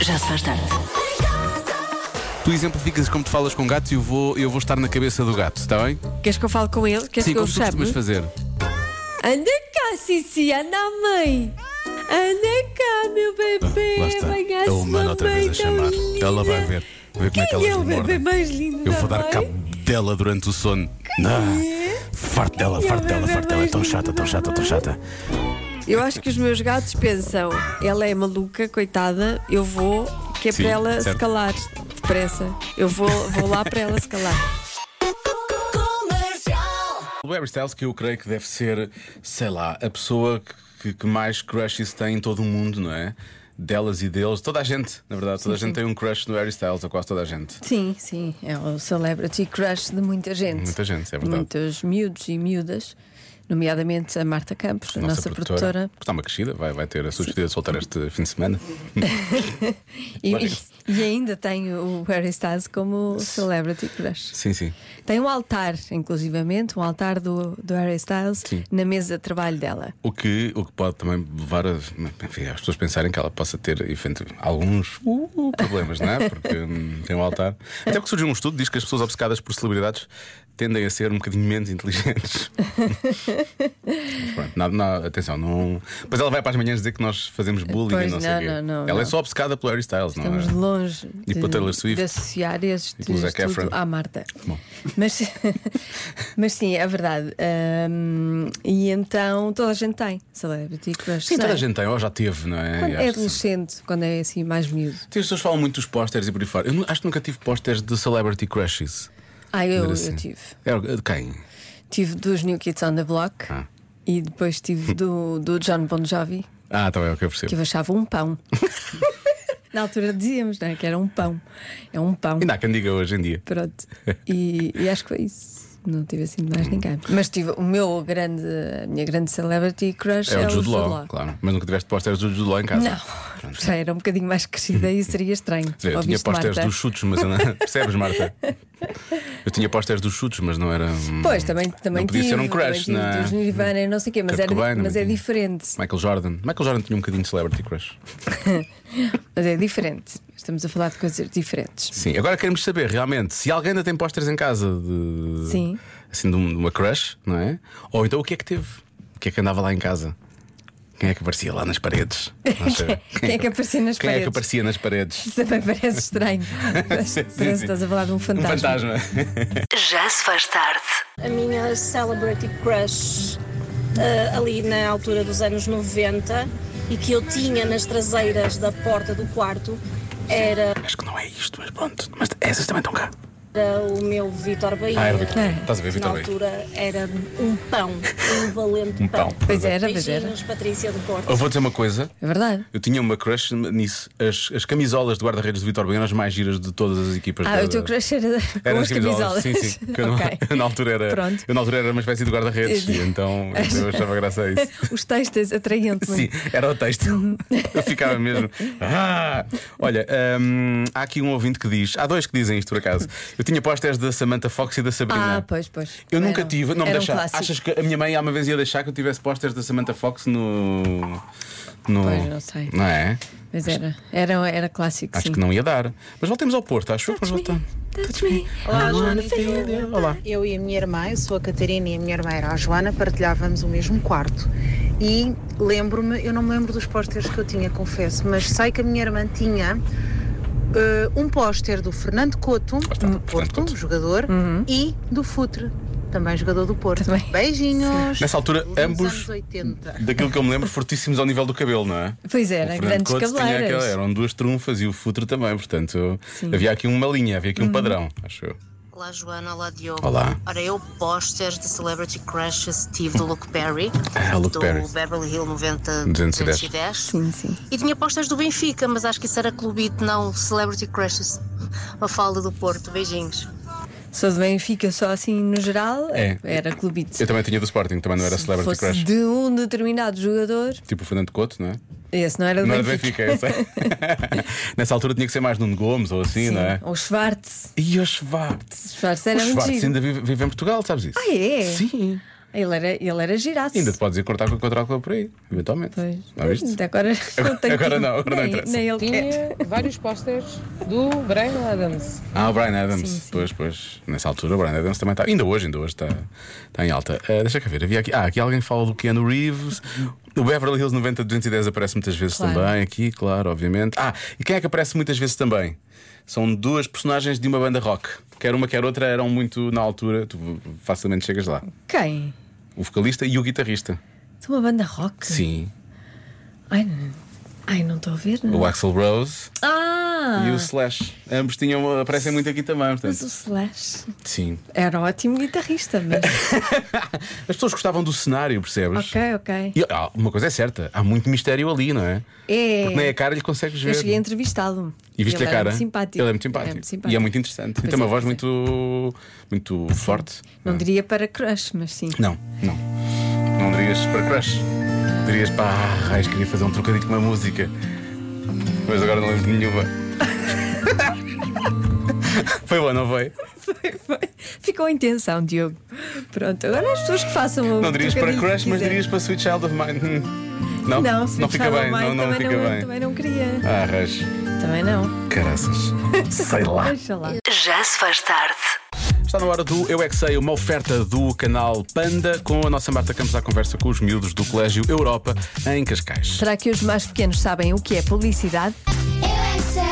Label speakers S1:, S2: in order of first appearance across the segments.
S1: Já se faz tarde.
S2: Tu exemplificas como tu falas com gatos e eu vou, eu vou estar na cabeça do gato, está bem?
S3: Queres que eu fale com ele? Queres
S2: Sim,
S3: que eu
S2: como
S3: o
S2: tu
S3: chame?
S2: costumas fazer.
S3: Anda cá, Cici, anda à mãe. Anda cá, meu
S4: Ah,
S3: bebê.
S2: Lá está.
S3: Venha à
S4: É
S2: A
S3: sua
S2: humana outra vez
S3: mãe
S2: a
S3: tão
S2: chamar.
S3: linda.
S2: Ela vai ver. Ver como
S3: Quem
S2: é que elas
S3: é o
S2: me
S3: bebê
S2: mordem.
S3: mais lindo
S2: Eu
S3: da
S2: vou dar
S3: mãe?
S2: cabo dela durante o sono. Não. Farto dela, farto dela, farto dela. É tão chata, tão chata, tão chata.
S3: Eu acho que os meus gatos pensam, ela é maluca, coitada, eu vou, que é
S2: Sim,
S3: para ela se
S2: certo.
S3: calar depressa. Eu vou, vou lá para ela se calar.
S2: O Harry Styles, que eu creio que deve ser, sei lá, a pessoa que, que mais crushes tem em todo o mundo, não é? Delas e deles, toda a gente, na verdade, toda a gente tem um crush no Harry Styles, ou quase toda a gente.
S4: Sim, sim, é o celebrity crush de muita gente.
S2: Muita gente, é verdade.
S4: Muitos miúdos e miúdas, nomeadamente a Marta Campos, a nossa, produtora.
S2: Que está uma crescida, vai, vai ter a sua despedida de soltar este fim de semana.
S4: E,
S2: Olha.
S4: e ainda tem o Harry Styles como celebrity crush.
S2: Sim, sim.
S4: Tem um altar, inclusivamente, um altar do, do Harry Styles
S2: Sim.
S4: na mesa de trabalho dela.
S2: O que, o que pode também levar a, enfim, as pessoas pensarem que ela possa ter enfim, alguns uh, problemas, não é? Porque hum, tem um altar. Até que surgiu um estudo que diz que as pessoas obcecadas por celebridades tendem a ser um bocadinho menos inteligentes. Mas pronto, nada- nada- atenção, não. Pois ela vai para as manhãs dizer que nós fazemos bullying e
S4: Pois,
S2: não, sei
S4: não,
S2: o quê.
S4: não, não,
S2: ela é
S4: não.
S2: só obcecada pelo Harry Styles, não
S4: Estamos
S2: é?
S4: longe
S2: E
S4: de,
S2: pela Taylor Swift.
S4: de associar este
S2: E pelo Zac
S4: estudo
S2: Efron.
S4: à Marta.
S2: Bom.
S4: Mas, mas sim, é verdade. Ahm, e então toda a gente tem celebrity crush.
S2: Sim, toda
S4: não
S2: a
S4: é?
S2: gente tem, ou já teve, não é?
S4: Quando
S2: Eu acho
S4: é
S2: que sim.
S4: adolescente, quando é assim mais miúdo.
S2: As pessoas falam muito dos pósteres e por aí fora. Eu nu- acho que nunca tive pósteres de celebrity crushes.
S4: Ah, eu,
S2: Era
S4: eu
S2: assim.
S4: tive.
S2: Era de quem?
S4: Tive dos New Kids on the Block
S2: Ah.
S4: e depois tive do, do John Bon Jovi,
S2: Ah, tá bem, ok, eu percebo.
S4: que eu achava um pão. Na altura dizíamos, não é? Que era um pão. É um pão.
S2: Ainda há quem diga hoje em dia.
S4: Pronto. E, e acho que foi isso. Não tive assim de mais ninguém. Mas tive o meu grande, a minha grande celebrity crush
S2: É
S4: é
S2: o Jude Law, claro. Mas nunca tiveste pósteres do Jude Law em casa.
S4: Não, já era um bocadinho mais crescida e seria estranho.
S2: Quer dizer, eu tinha
S4: Ouviste,
S2: pósteres
S4: Marta?
S2: dos chutes, mas eu não... percebes, Marta? Eu tinha pósteres dos chutes, mas não era. hum,
S4: Pois, também, também
S2: não podia
S4: tive,
S2: ser um
S4: também
S2: crush,
S4: tive
S2: não é?
S4: Dos Nirvana e não sei o quê, mas,
S2: Kurt
S4: era,
S2: Cobain,
S4: mas é
S2: também.
S4: diferente.
S2: Michael Jordan. Michael Jordan tinha um bocadinho de celebrity crush.
S4: Mas é diferente. Estamos a falar de coisas diferentes.
S2: Sim, agora queremos saber realmente se alguém ainda tem pósteres em casa de.
S4: Sim.
S2: Assim, de um- de uma crush, não é? Ou então o que é que teve? O que é que andava lá em casa? Quem é que aparecia lá nas paredes? Não sei.
S4: Quem é que aparecia nas
S2: Quem é que
S4: paredes?
S2: aparecia nas paredes?
S4: Também parece estranho. Parece
S2: Sim, sim,
S4: parece que
S2: sim.
S4: estás a falar de um
S2: Um
S4: fantasma.
S2: fantasma.
S1: Já se faz tarde.
S5: a minha celebrity crush eh, ali na altura dos anos 90 e que eu tinha nas traseiras da porta do quarto era,
S2: Acho que não é isto, mas pronto. Mas essas também estão cá.
S5: era o meu Vitor
S4: É.
S5: Bahia.
S2: Ah, era Vitor. Bem. Estás a ver,
S5: na
S2: Vitor Bem.
S5: altura era um pão, um valente
S2: Um pão.
S5: pão.
S4: Pois é, era, pois era.
S5: Beijinhos, Patrícia do Porto.
S2: Eu vou dizer uma coisa.
S4: É verdade.
S2: Eu tinha uma crush nisso. As, as camisolas de guarda-redes do Vitor Bem eram as mais giras de todas as equipas.
S4: Ah,
S2: da-
S4: o teu crush era com
S2: Eram
S4: as camisolas.
S2: Sim, sim. Que eu, na-
S4: Ok.
S2: eu na altura era,
S4: Pronto.
S2: eu na altura era uma espécie de guarda-redes. e então eu achava graça a isso.
S4: Os textos atraentes.
S2: Sim, era o texto. Eu ficava mesmo. Ah! Olha, hum, há aqui um ouvinte que diz. Há dois que dizem isto por acaso. Eu tinha postas da Samantha Fox e da Sabrina.
S4: Ah, pois, pois.
S2: Eu nunca
S4: Era-
S2: tive, não me
S4: era um
S2: deixava.
S4: clássico.
S2: Achas que a minha mãe há uma vez ia deixar que eu tivesse posters da Samantha Fox no. no...
S4: Pois, não sei.
S2: Não é?
S4: Mas era, era, era clássico,
S2: Acho
S4: sim.
S2: que não ia dar. Mas voltemos ao Porto, acho que depois voltamos. Olá, Joana. Olá.
S6: Eu e a minha irmã, eu sou a Catarina e a minha irmã era a Joana, partilhávamos o mesmo quarto. E lembro-me, eu não me lembro dos pósteres que eu tinha, confesso, mas sei que a minha irmã tinha eh, um póster do Fernando Couto,
S2: está,
S6: do
S2: Fernando
S6: Porto,
S2: Couto.
S6: jogador,
S7: Uhum.
S6: e do Futre, também jogador do Porto.
S4: Também.
S6: Beijinhos!
S2: Nessa altura,
S6: Lindos
S2: ambos-
S6: Anos 80.
S2: Daquilo que eu me lembro, fortíssimos ao nível do cabelo, não é?
S4: Pois
S2: O
S4: era,
S2: Fernando
S4: grandes
S2: Couto tinha
S4: cabeleiras.
S2: aquela- eram duas trunfas e o futre também, portanto havia aqui uma linha, havia
S4: Uhum.
S2: aqui um padrão, acho eu.
S8: Olá Joana, olá Diogo.
S2: Olá.
S8: Ora, eu posters de Celebrity Crushes tive do Luke Perry,
S2: Ah, Luke
S8: do
S2: Perry.
S8: Beverly Hill 90
S2: 210.
S8: 210.
S4: Sim, sim.
S8: E tinha posters do Benfica, mas acho que isso era clubite, não Celebrity Crushes. Uma falda do Porto, beijinhos.
S4: Sou de Benfica só assim no geral,
S2: É.
S4: era clubite.
S2: Eu também tinha do Sporting, também não era Celebrity
S4: Fosse
S2: Crush.
S4: de um determinado jogador,
S2: Tipo o Fernando Couto, não é?
S4: esse não era do
S2: Não era do
S4: Benfica.
S2: Benfica, é eu sei. Nessa altura tinha que ser mais Nuno Gomes ou assim,
S4: Sim,
S2: não é?
S4: Ou Schwartz.
S2: E o Schwartz.
S4: Schwartz era
S2: o
S4: muito
S2: Schwartz
S4: giro.
S2: ainda vive, vive em Portugal, sabes isso?
S4: Ah, é?
S2: Sim.
S4: Ele era, ele era giraço.
S2: Ainda te podes ir cortar com o contrato por aí, eventualmente.
S4: Pois.
S2: Não viste?
S4: Ainda Agora não tenho
S2: agora
S4: tempo.
S2: não, agora não
S4: nem,
S2: interessa.
S4: nem ele quer.
S7: Tinha vários posters do Brian Adams.
S2: Ah, o Brian Adams.
S4: Sim, sim.
S2: Pois, pois. Nessa altura, o Brian Adams também está. Ainda hoje, ainda hoje está, está em alta. Ah, deixa cá ver. Havia aqui... Ah, aqui alguém fala do Keanu Reeves. O Beverly Hills 90-210 aparece muitas vezes
S4: Claro.
S2: também. Aqui, claro, obviamente. Ah, e quem é que aparece muitas vezes também? São duas personagens de uma banda rock. Quer uma, quer outra, eram muito na altura. Tu facilmente chegas lá.
S4: Quem?
S2: O vocalista e o guitarrista.
S4: De uma banda rock?
S2: Sim.
S4: Ai, não- ai, não estou a ver. Não.
S2: O Axel Rose
S4: Ah!
S2: e o Slash. Ambos tinham, aparecem muito aqui também,
S4: Mas o
S2: portanto.
S4: Slash
S2: Sim.
S4: era um ótimo guitarrista, mas.
S2: As pessoas gostavam do cenário, percebes?
S4: ok, ok.
S2: E, ah, uma coisa é certa, há muito mistério ali, não é?
S4: É.
S2: Porque nem a cara lhe consegues ver.
S4: Eu cheguei a entrevistá-lo.
S2: E viste
S4: Ele
S2: a
S4: era
S2: cara?
S4: muito simpático.
S2: Ele é muito simpático.
S4: Era muito
S2: E é
S4: simpático.
S2: muito interessante. e
S4: Pois
S2: tem uma
S4: é,
S2: voz
S4: pois é.
S2: muito, muito forte. Ah.
S4: Não diria para crush, mas sim.
S2: Não, não. Não dirias para crush. Dirias para ah, raios, queria fazer um trocadilho com uma música. Mas agora não lembro de nenhuma. foi bom, não foi?
S4: Ficou em tensão, Diogo. Pronto, agora as pessoas que façam o
S2: Não dirias para
S4: Um trocadilho que
S2: crush, mas
S4: quiserem.
S2: dirias para Sweet Child of Mine. Hum. Não,
S4: Não, se
S2: fica
S4: fechava
S2: bem.
S4: mais,
S2: Não, não
S4: também
S2: fica bem.
S4: Também não queria.
S2: Ah, raios.
S4: Também não.
S2: Caraças. Sei lá.
S4: Deixa lá.
S1: Já se faz tarde.
S2: Está na hora do Eu é que Sei, uma oferta do canal Panda com a nossa Marta Campos à conversa com os miúdos do Colégio Europa em Cascais.
S4: Será que os mais pequenos sabem o que é publicidade?
S9: Eu é que sei,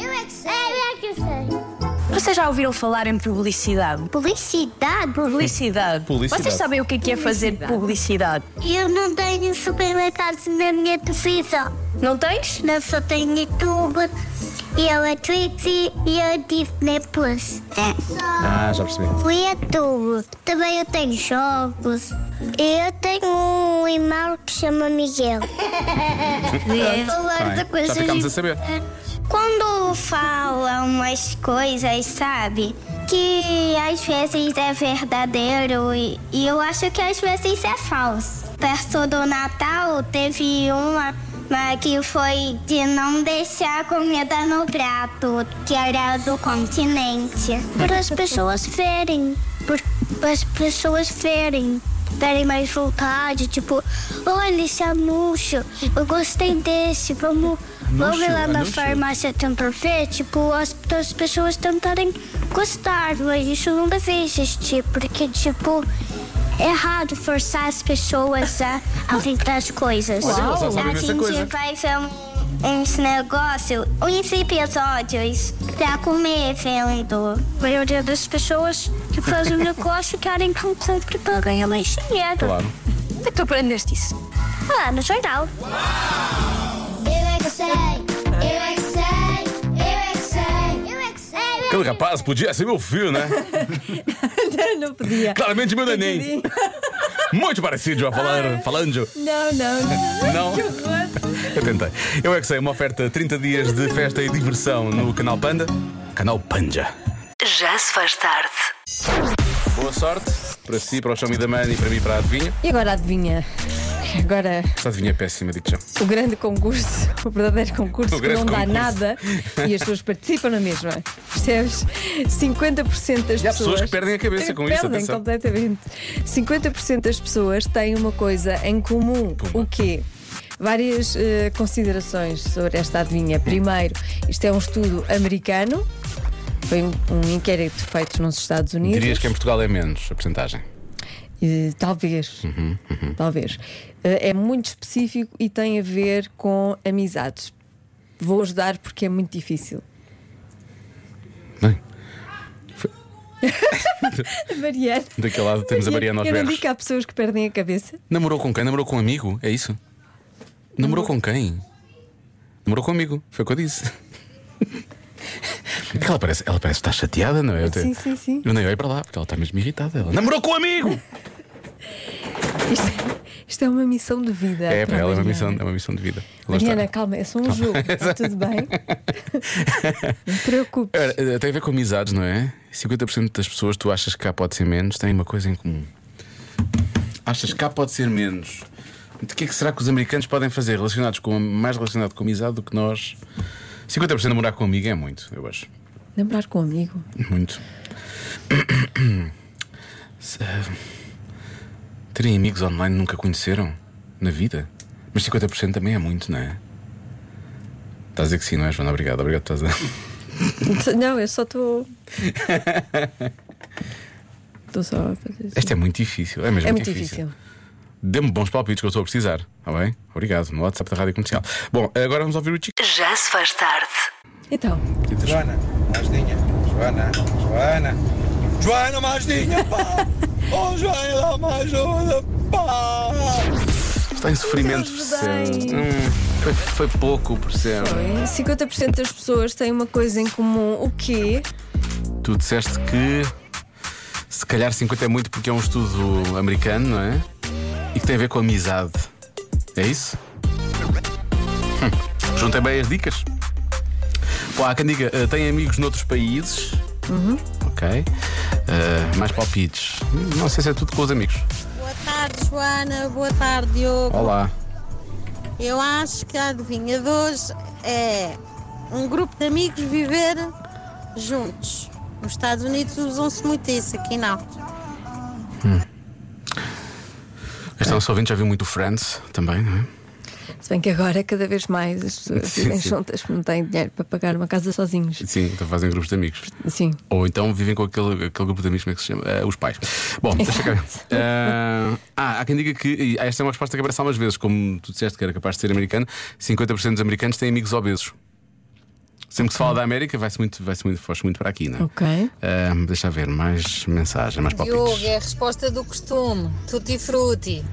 S9: eu é que sei, eu é que sei, eu é que sei, eu é que sei.
S10: Vocês já ouviram falar em publicidade?
S9: Publicidade?
S10: Publicidade.
S2: Publicidade.
S10: Vocês sabem o que é, que é fazer publicidade?
S9: Eu não tenho supermercados na minha televisão.
S10: Não tens?
S9: Não só tenho YouTube, eu a Twitch e eu Disney Plus. É
S2: Ah, já percebi.
S9: O YouTube. Também eu tenho jogos. Eu tenho um irmão que chama Miguel. Falar de
S2: Bem, já
S9: coisas
S2: ficámos a saber.
S9: Quando falam umas coisas, sabe? Que às vezes é verdadeiro e, e eu acho que às vezes é falso. Perto do Natal teve uma, uma que foi de não deixar a comida no prato, que era do continente. Para as pessoas verem. Para as pessoas verem. Terem mais vontade, tipo, olha esse anúncio, eu gostei desse, vamos, vamos
S2: Anúncio,
S9: lá na
S2: anúncio.
S9: farmácia farmácia tentar ver, é tipo, as, as pessoas tentarem gostar, mas isso não deve existir, porque, tipo, é errado forçar as pessoas a aceitar as coisas.
S2: Olha, elas não sabem
S9: a
S2: essa
S9: gente
S2: coisa.
S9: vai ver um, uns negócios, uns episódios pra comer tá vendo. A maioria das pessoas que fazem negócio querem comprar pra ganhar mais dinheiro.
S2: Claro.
S10: Onde é que tu aprendeste isso?
S9: Ah, no jornal. Eu é que sei, eu é que sei, eu é que sei, eu é que sei.
S2: Aquele rapaz podia ser meu filho, né?
S4: não podia.
S2: Claramente meu neném. Muito parecido a falar, falando.
S4: Não, não, não.
S2: Não? Eu tentei. Eu é que sei, uma oferta 30 dias de festa e diversão no canal Panda. Canal Panja.
S1: Já se faz tarde.
S2: Boa sorte para si, para o Chão da Mãe e para mim, para a adivinha.
S4: E agora adivinha? Agora,
S2: Esta adivinha é péssima, digo já.
S4: o grande concurso, o verdadeiro concurso
S2: O
S4: que
S2: grande
S4: não dá
S2: concurso.
S4: nada e as pessoas participam na mesma. Percebes? 50% das
S2: E há
S4: pessoas.
S2: pessoas que perdem a cabeça com isso,
S4: Perdem
S2: atenção.
S4: completamente. 50% das pessoas têm uma coisa em comum. O quê? Várias eh, considerações sobre esta adivinha. Primeiro, isto é um estudo americano. Foi um, um inquérito feito nos Estados Unidos.
S2: Dirias que em Portugal é menos a porcentagem.
S4: Eh, talvez.
S2: Uhum,
S4: Talvez. Eh, é muito específico e tem a ver com amizades. Vou ajudar porque é muito difícil.
S2: Bem,
S4: Mariana.
S2: daquele lado temos a Mariana aos
S4: é, Eu não
S2: berros.
S4: digo que há pessoas que perdem a cabeça.
S2: Namorou com quem? Namorou com um amigo? É isso? Namorou com quem? Namorou comigo, foi o que eu disse. É que Ela parece, ela parece que está chateada, não é? Eu te-
S4: Sim, sim, sim.
S2: Eu nem olho para lá, porque ela está mesmo irritada. Ela, namorou com um amigo!
S4: Isto, isto é uma missão de vida.
S2: É, para ela é uma
S4: Mariana.
S2: missão, é uma missão de vida. Lá está.
S4: Mariana, calma, é só um jogo. Está tudo bem. Não te preocupes.
S2: Ora, eh, Tem a ver com amizades, não é? 50% das pessoas tu achas que cá pode ser menos têm uma coisa em comum. Achas que cá pode ser menos? De que é que será que os americanos podem fazer relacionados com mais relacionado com amizade do que nós? 50% namorar com amigo é muito, eu acho.
S4: Namorar com um amigo.
S2: Muito. Se- eh, Terem amigos online que nunca conheceram na vida? Mas 50% também é muito, não é? Estás a dizer que sim, não é, Joana? Obrigado, obrigado por estás a.
S4: Não, eu só estou. Estou só a fazer isso.
S2: Esta é muito difícil, é mesmo
S4: É
S2: muito
S4: muito
S2: difícil.
S4: difícil.
S2: Dê-me bons palpites que eu estou a precisar, está bem? Obrigado, no WhatsApp da Rádio Comercial. Bom, eh, agora vamos ouvir o Chico.
S1: Já se faz tarde.
S4: Então.
S11: Joana, Masdinha, Joana, Joana, Joana Masdinha, pá! Oh, Joana, dá-me ajuda, pá!
S2: Está em sofrimento, percebe? Hum, foi, foi pouco, percebe?
S4: 50% das pessoas têm uma coisa em comum. O quê?
S2: Tu disseste que se calhar 50 é muito porque é um estudo americano, não é? E que tem a ver com amizade. É isso? Hum. Juntem bem as dicas. Pô, há quem diga, eh, tem amigos noutros países.
S12: Uhum.
S2: Ok. Eh, mais palpites. Hum, Não sei se é tudo com os amigos.
S13: Boa tarde, Joana. Boa tarde, Diogo.
S2: Olá.
S13: Eu acho que a adivinha de hoje é um grupo de amigos viver juntos. Nos Estados Unidos usam-se muito isso, aqui não.
S2: Este nosso ouvinte já viu muito Friends também, não é?
S4: Se bem que agora, cada vez mais, as pessoas
S2: Sim,
S4: vivem
S2: sim.
S4: juntas porque não têm dinheiro para pagar uma casa sozinhos.
S2: Sim, então fazem grupos de amigos.
S4: Sim.
S2: Ou então vivem com aquele, aquele grupo de amigos, como é que se chama? Eh, os pais. Bom, deixa cá ver. Eh, ah, há quem diga que. e Esta é uma resposta que aparece algumas vezes, como tu disseste que era capaz de ser americano. 50% dos americanos têm amigos obesos. Sempre que se fala da América, vai-se muito, vai muito, foge muito para aqui, não é?
S4: Ok.
S2: Eh, deixa ver, mais mensagem, mais palpites.
S14: Diogo, é a resposta do costume. Tutti frutti.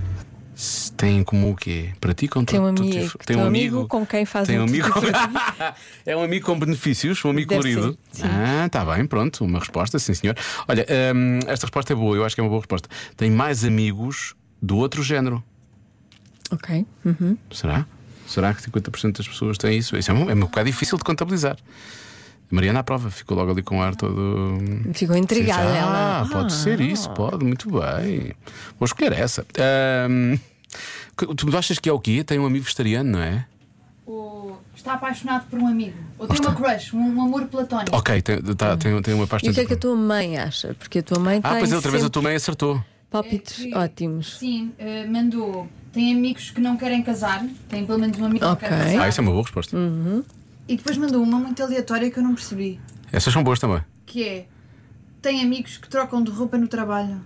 S2: Tem como o quê? Praticam
S4: Tem um
S2: tudo- tudo
S4: amigo,
S2: dif- Tem
S4: tem
S2: um
S4: um
S2: amigo
S4: amigo com quem fazem
S2: Tem um amigo.
S4: tudo diferente.
S2: é um amigo com benefícios, um amigo
S4: Deve
S2: colorido.
S4: ser, sim.
S2: Ah, tá bem, pronto, uma resposta, sim senhor. Olha, hum, esta resposta é boa, eu acho que é uma boa resposta. Tem mais amigos do outro género.
S4: Ok. Uhum.
S2: Será? Será que 50% das pessoas têm isso? Isso é um, é um bocado difícil de contabilizar. A Mariana à prova, ficou logo ali com o ar todo. hum,
S4: Ficou intrigada
S2: Sim, sim.
S4: ela.
S2: Ah, pode ser isso, pode, muito bem. Vou escolher essa. Ahm, que- tu achas que é o quê? Tem um amigo vegetariano, não é?
S15: Ou está apaixonado por um amigo? Ou tem uma crush, um, um amor platónico?
S2: Ok, tem, tá, tem, tem uma parte.
S4: E o que é que a tua mãe acha? Porque a tua mãe
S2: Ah,
S4: tem
S2: pois é, outra vez a
S4: sempre
S2: tua mãe acertou.
S4: palpites
S15: É Que-
S4: ótimos.
S15: Sim, eh, mandou. Tem amigos que não querem casar, tem pelo menos um amigo
S4: Ok.
S15: que não quer casar.
S2: Ah, isso é uma boa resposta.
S4: Hum.
S15: E depois mandou uma muito aleatória que eu não percebi,
S2: Essas são boas também.
S15: que é tem amigos que trocam de roupa no trabalho.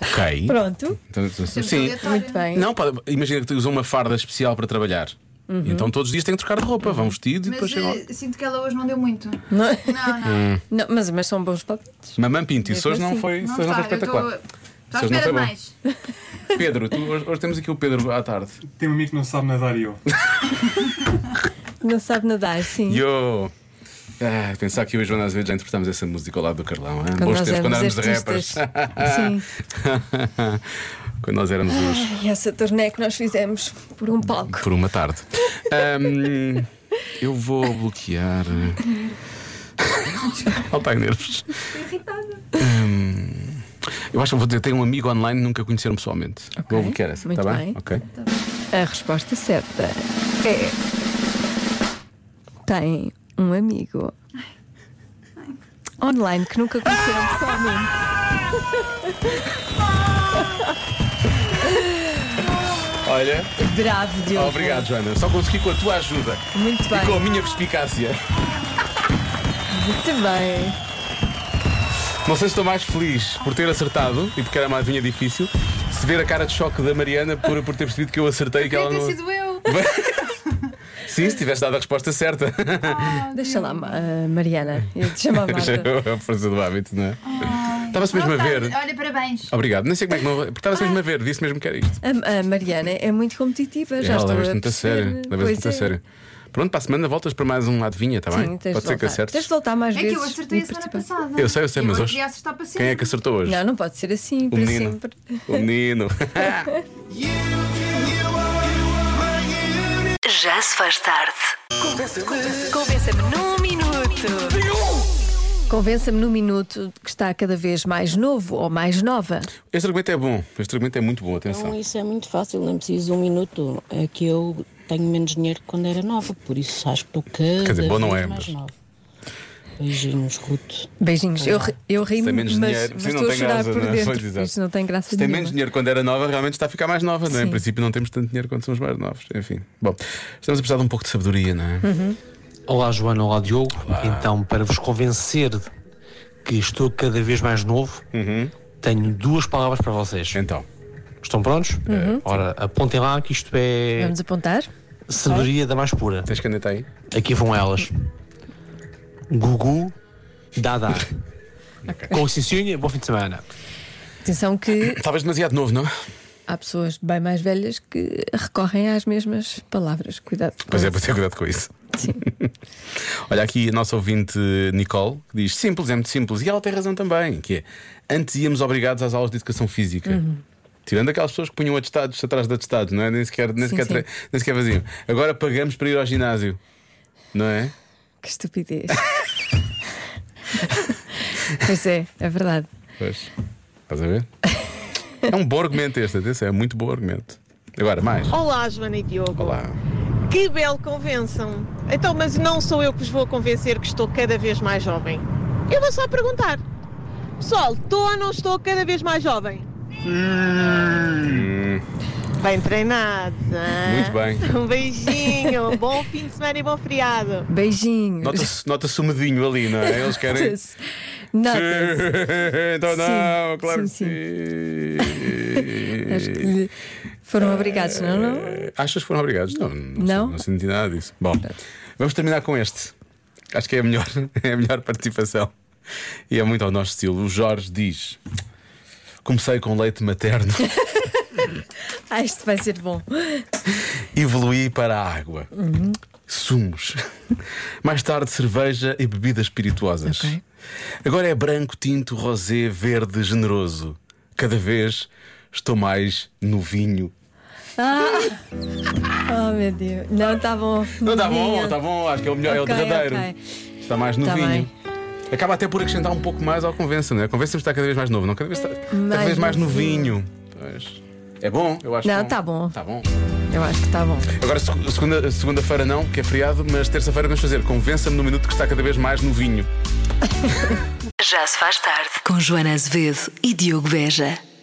S2: Ok.
S4: Pronto.
S2: Então, então,
S15: Sempre
S2: sim.
S15: aleatório. Muito bem.
S2: Não, pode- imagina que tu usam uma farda especial para trabalhar.
S15: Uhum.
S2: Então todos os dias têm que trocar de roupa, vão vestido e depois
S15: Mas
S2: chegam.
S15: eh, sinto que ela hoje não deu muito.
S4: Não,
S15: não.
S2: Hum.
S4: Não, mas, mas são bons palpites.
S2: Mamãe Pinto, isso
S4: Mesmo
S2: hoje não
S4: assim.
S2: foi, isso
S15: Não
S2: hoje não foi
S15: está, eu
S2: espetacular.
S15: estou- estou
S2: Isso
S15: à
S2: hoje não
S15: espera
S2: foi
S15: de
S2: bom.
S15: mais.
S2: Pedro, tu- hoje, hoje temos aqui o Pedro à tarde.
S16: Tem um amigo que não sabe nadar e eu.
S4: Não sabe nadar, sim.
S2: Yo! Ah, pensar que eu e a Joana Azevedo já interpretámos essa música ao lado do Carlão. hein?
S4: Quando
S2: Bons
S4: nós
S2: tempos quando
S4: éramos
S2: éramos rappers.
S4: artistas. Sim.
S2: quando nós éramos os.
S4: Ai, essa turnê que nós fizemos por um palco.
S2: Por uma tarde. Ahm, eu vou bloquear. Ela está em nervos. Ahm, eu acho que vou dizer: tenho um amigo online, nunca conheceram pessoalmente. Vou bloquear essa,
S4: muito
S2: está bem?
S4: bem. Então.
S2: Ok.
S4: A resposta certa é. Tem um amigo online que nunca conheceram pessoalmente.
S2: Olha.
S4: Bravo, Diogo.
S2: Obrigado, Joana. Só consegui com a tua ajuda.
S4: Muito bem.
S2: E com a minha perspicácia.
S4: Muito bem.
S2: Não sei se estou mais feliz por ter acertado e porque era uma adivinha difícil, se ver a cara de choque da Mariana por, por ter percebido que eu acertei e que ela
S15: Podia
S2: não.
S15: ter sido eu.
S4: assim.
S2: Sim, se tivesse dado a resposta certa.
S4: Deixa lá, Ma- ah, Mariana. Eu te chamo a
S2: Já
S4: Marta. Ah,
S2: é a força do hábito, não é? Estava-se mesmo a
S15: Não,
S2: ver.
S15: tá, Olha, parabéns.
S2: Obrigado, nem sei como é que não. porque Estava-se mesmo a ver, disse mesmo que era isto.
S4: A, a Mariana é muito competitiva, já
S2: Ela
S4: estou a
S2: levas-te muito a
S4: perceber.
S2: sério. Levas-te
S4: Pois
S2: muito a
S4: é.
S2: sério. Pronto, para a semana voltas para mais um adivinha, está bem?
S4: Sim, tens
S2: Pode
S4: de
S2: ser que
S4: voltar. Tens
S2: acertes.
S4: de voltar mais
S15: É que
S4: vezes.
S15: eu acertei a semana passada.
S2: Eu sei, eu sei,
S15: E
S2: mas
S15: agora
S2: hoje-
S15: queria acertar para sempre.
S2: Quem é que acertou hoje?
S4: Não, não pode ser assim,
S2: O
S4: para
S2: menino.
S4: sempre.
S2: O menino.
S1: Já se faz tarde.
S10: Convença-me num minuto.
S4: Convença-me num minuto que está cada vez mais novo ou mais nova.
S2: Este argumento é bom. Este argumento é muito bom, atenção.
S17: Então, isso é muito fácil, nem preciso de um minuto. É que eu tenho menos dinheiro que quando era nova, por isso acho que estou cada
S2: Quer dizer, bom não
S17: vez
S2: é,
S17: mais
S2: mas-
S17: nova. Beijinhos, Ruto.
S4: Beijinhos. Eu, ri- eu ri
S2: Se tem menos
S4: mas,
S2: dinheiro,
S4: mas
S2: sim, não
S4: estou a
S2: tem
S4: chorar
S2: graça,
S4: por
S2: não é? Pois,
S4: dentro.
S2: exato.
S4: Isto não tem
S2: Se
S4: graça
S2: tem
S4: nenhuma.
S2: menos dinheiro quando era nova, realmente está a ficar mais nova, não é? Em
S4: Sim.
S2: princípio, não temos tanto dinheiro quando somos mais novos. Enfim, bom, estamos a precisar de um pouco de sabedoria, não é?
S4: Uhum.
S12: Olá Joana, olá Diogo. Então, para vos convencer que estou cada vez mais novo,
S11: Uhum.
S12: tenho duas palavras para vocês.
S2: Então.
S12: Estão prontos?
S4: Uhum.
S12: Ora, apontem lá que isto é
S4: Vamos apontar?
S12: sabedoria da mais pura.
S2: Tens que aí?
S12: Aqui vão elas. Gugu Dada. Com licencinha, bom fim de semana.
S4: Atenção que
S2: Estavas demasiado novo, não?
S4: há pessoas bem mais velhas que recorrem às mesmas palavras. Cuidado. com
S2: Pois é,
S4: isso.
S2: para ter cuidado com isso.
S4: Sim.
S2: Olha aqui a nossa ouvinte Nicole, que diz simples, é muito simples, e ela tem razão também, que é antes íamos obrigados às aulas de educação física.
S11: Uhum.
S2: Tirando aquelas pessoas que punham atestados atrás de atestados, não é? Nem sequer, nem
S4: Sim,
S2: sequer,
S4: sim.
S2: tra- nem sequer faziam. Agora pagamos para ir ao ginásio, não é?
S4: Que estupidez. pois é, é verdade.
S2: Pois. Estás a ver? É um bom argumento este, atenção, é muito bom argumento. Agora, mais.
S18: Olá, Joana e Diogo.
S2: Olá.
S18: Que belo convençam. Então, mas não sou eu que vos vou convencer que estou cada vez mais jovem. Eu vou só perguntar. Pessoal, estou ou não estou cada vez mais jovem?
S2: Hum.
S18: Bem treinada.
S2: Muito bem.
S18: Um beijinho, bom fim de semana e bom feriado.
S4: Beijinho.
S2: Nota-se nota o medinho ali, não é? Eles querem.
S4: Nota-se. Nota-se.
S2: então não,
S4: Sim,
S2: claro
S4: sim,
S2: que sim.
S4: Acho que lhe foram obrigados, não? não?
S2: Achas que foram obrigados? Não, não,
S4: Não?
S2: não senti nada disso. Bom, vamos terminar com este. Acho que é a melhor, é a melhor participação. E é muito ao nosso estilo. O Jorge diz: Comecei com leite materno,
S4: Ah, isto vai ser bom.
S2: evoluí para a água,
S4: Uhum.
S2: sumos, mais tarde cerveja e bebidas espirituosas. Agora é branco, tinto, rosé, verde, generoso. Cada vez estou mais no vinho.
S4: Ah. Oh meu Deus. Não, está bom.
S2: Não, está
S4: Novinha.
S2: Ah, tá bom, está bom, acho que é o melhor, é o
S4: Ok,
S2: derradeiro.
S4: ok.
S2: Está mais
S4: Tá
S2: novinho.
S4: bem.
S2: Acaba até por acrescentar um pouco mais ao convença, não é? Convença está cada vez mais novo, não? Cada vez está, está cada
S4: Mais
S2: vez mais novinho.
S4: novinho.
S2: Pois. É bom, eu acho
S4: Não,
S2: que
S4: está bom.
S2: Está bom.
S4: Eu acho que está bom.
S2: Agora, seg- segunda- segunda-feira não, que é feriado, mas terça-feira vamos fazer. Convença-me no minuto que está cada vez mais novinho.
S1: Já se faz tarde. Com Joana Azevedo e Diogo Veja.